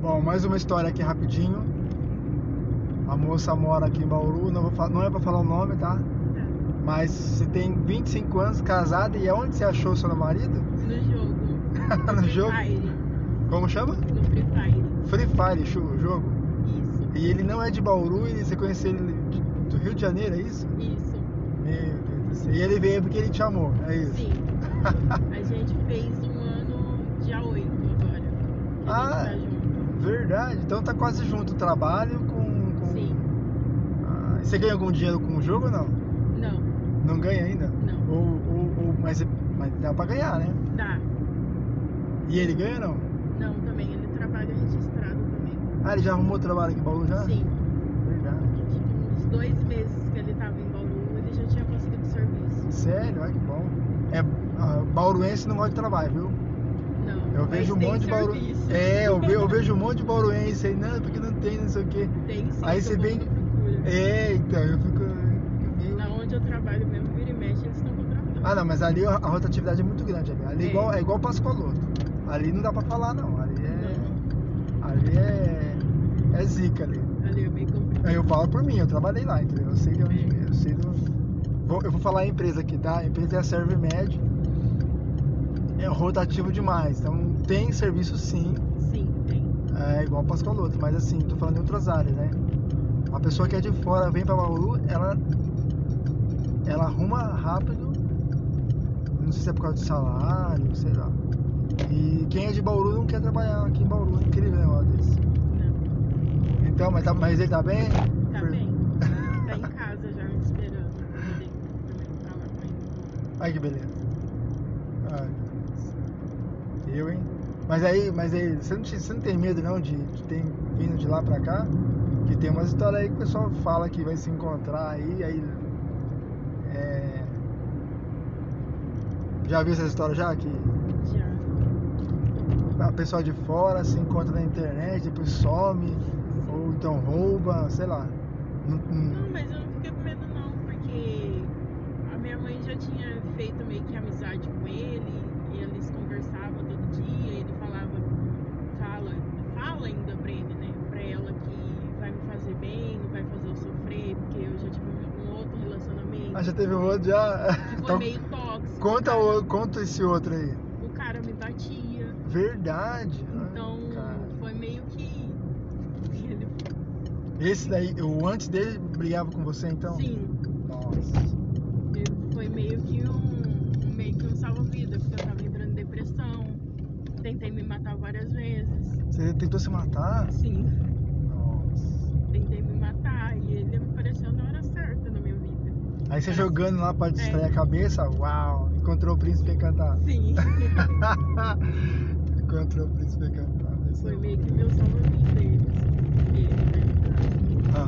Bom, mais uma história aqui rapidinho. A moça mora aqui em Bauru, não, vou fa- não é pra falar o nome, tá? Mas você tem 25 anos, casada, e aonde você achou seu marido? No jogo. no jogo? Free Fire. Como chama? No Free Fire. Free Fire, chu- o jogo. Isso, E ele não é de Bauru, e você conheceu ele de- do Rio de Janeiro, é isso? isso. Meu Deus do céu. E ele veio porque ele te amou, é isso? Sim. A gente fez um ano dia 8 agora. que Ah. A gente tá junto. Verdade, então tá quase junto o trabalho com. com... Sim. Ah, e você ganha algum dinheiro com o jogo ou não? Não, Não ganha ainda? não. Ou, ou, ou- mas, é, mas dá pra ganhar, né? Dá. E ele ganha ou não? Não, também. Ele trabalha registrado também. Ah, ele já arrumou trabalho aqui em Bauru já? Sim. Verdade. Tipo, uns dois meses que ele tava em Bauru, ele já tinha conseguido serviço. Sério? Ai que bom. É, ah, bauruense não gosta de trabalho, viu? Não. Eu mas vejo um tem monte de bauru... serviço. É, eu, ve- eu vejo um monte de bauruense aí, não, porque não tem, não sei o quê. Tem sim. Aí todo você vem- mundo procura. É, então, eu fico. meio- Na onde eu trabalho mesmo, vira e mexe, eles estão contratando. Ah, não, mas ali a a rotatividade é muito grande. Ali, ali é. É. Igual, é igual Pascoaloto. Ali não dá pra falar, não. Ali é. Ali é. É zica ali. Ali é meio complicado. Aí Eu falo por mim, eu trabalhei lá, entendeu? Eu sei de onde. Eu sei do. Vou- eu vou falar a empresa aqui, tá? A empresa é a ServeMed. É rotativo demais. Então tem serviço sim, Sim, tem. é igual Pascoaloto, mas assim, tô falando de outras áreas, né? A pessoa que é de fora vem pra Bauru, ela. Ela arruma rápido. Não sei se é por causa de salário, sei lá. E quem é de Bauru não quer trabalhar aqui em Bauru, é incrível, né, Walters? Não, Então, mas, tá, mas ele tá bem? tá Foi- bem. Tá em casa já me esperando. Ele também tá lá com ele. Ai que beleza. Ai, meu Deus. Eu, hein? Mas aí, mas aí, você não, te- você não tem medo não de, de ter vindo de lá pra cá? Que tem umas histórias aí que o pessoal fala que vai se encontrar aí, aí. É... Já viu essas histórias já? Que Já. a pessoa de fora se encontra na internet, depois some, ou então rouba, sei lá. Não- não- Não, mas eu não fiquei com medo não, porque a minha mãe já tinha feito meio que amizade com ele, e eles conversavam todo dia, e ele falava, fala, fala ainda pra ele, né? Pra ela que vai me fazer bem, não vai fazer eu sofrer, porque eu já tive um outro relacionamento Ah, já teve um outro já. que foi Então, meio tóxico. conta, o o- conta esse outro aí. cara- o cara me batia. Verdade. né, Então cara? foi meio que. Ele... Esse daí, o antes dele brigava com você então? Sim, Nossa. ele foi meio que um, um meio que um salva-vida, porque eu tava entrando em depressão, tentei me matar várias vezes. Você tentou se matar? Sim, Nossa. tentei me matar e ele apareceu na hora certa na minha vida. Aí você É. jogando lá pra distrair a cabeça, uau! Encontrou o príncipe encantado. Sim, Encontrou o príncipe encantado. é Isso foi aí. meio que meu salva-vida ele, assim, ele, né? Aham.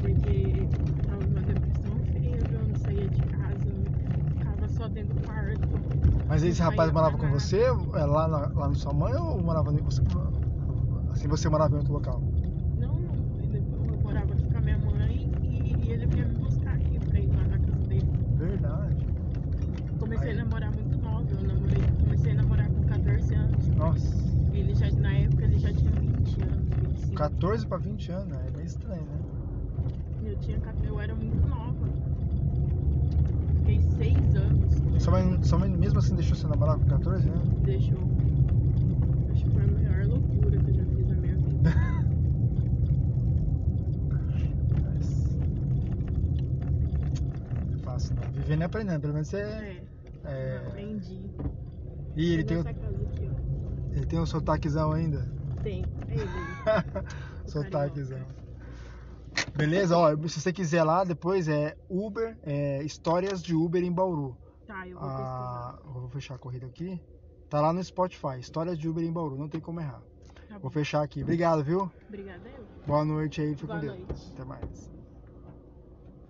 porque eu tava numa depressão feia, eu não saía de casa, eu ficava só dentro do quarto. Mas esse Não rapaz saía morava pra com nada. você? é, Lá na, lá na sua mãe ou morava em você? Assim você morava em outro local? Não, ele- eu morava aqui com a minha mãe e, e ele vinha me buscar aqui pra ir lá na casa dele. Verdade. Comecei Aí. a namorar muito nova, eu namorei, comecei a namorar com 14 anos. Nossa. Ele já, na época ele já tinha 20 anos, 25. 14 pra 20 anos, é meio estranho, né? Eu, tinha, 14 eu era muito nova. Fiquei 6 anos com Sua mãe, sua mãe mesmo assim deixou você namorar com 14, né? ele. Deixou. Acho que foi a maior loucura que eu já fiz na minha vida. Mas... É fácil, né? Vivendo e aprendendo, pelo menos você. É, É... aprendi. E ele tem, Nessa casa aqui, ó. ele tem um sotaquezão ainda. Tem. É ele. sotaquezão. Beleza? Ó, se você quiser lá, depois é Uber, é histórias de Uber em Bauru. Tá, eu vou Ah, eu vou fechar a corrida aqui. Tá lá no Spotify, histórias de Uber em Bauru, não tem como errar. pesquisar. Tá Vou bom. fechar aqui. Obrigado, viu? Obrigada, eu. Boa noite aí, fica Boa com Deus. noite. Até mais.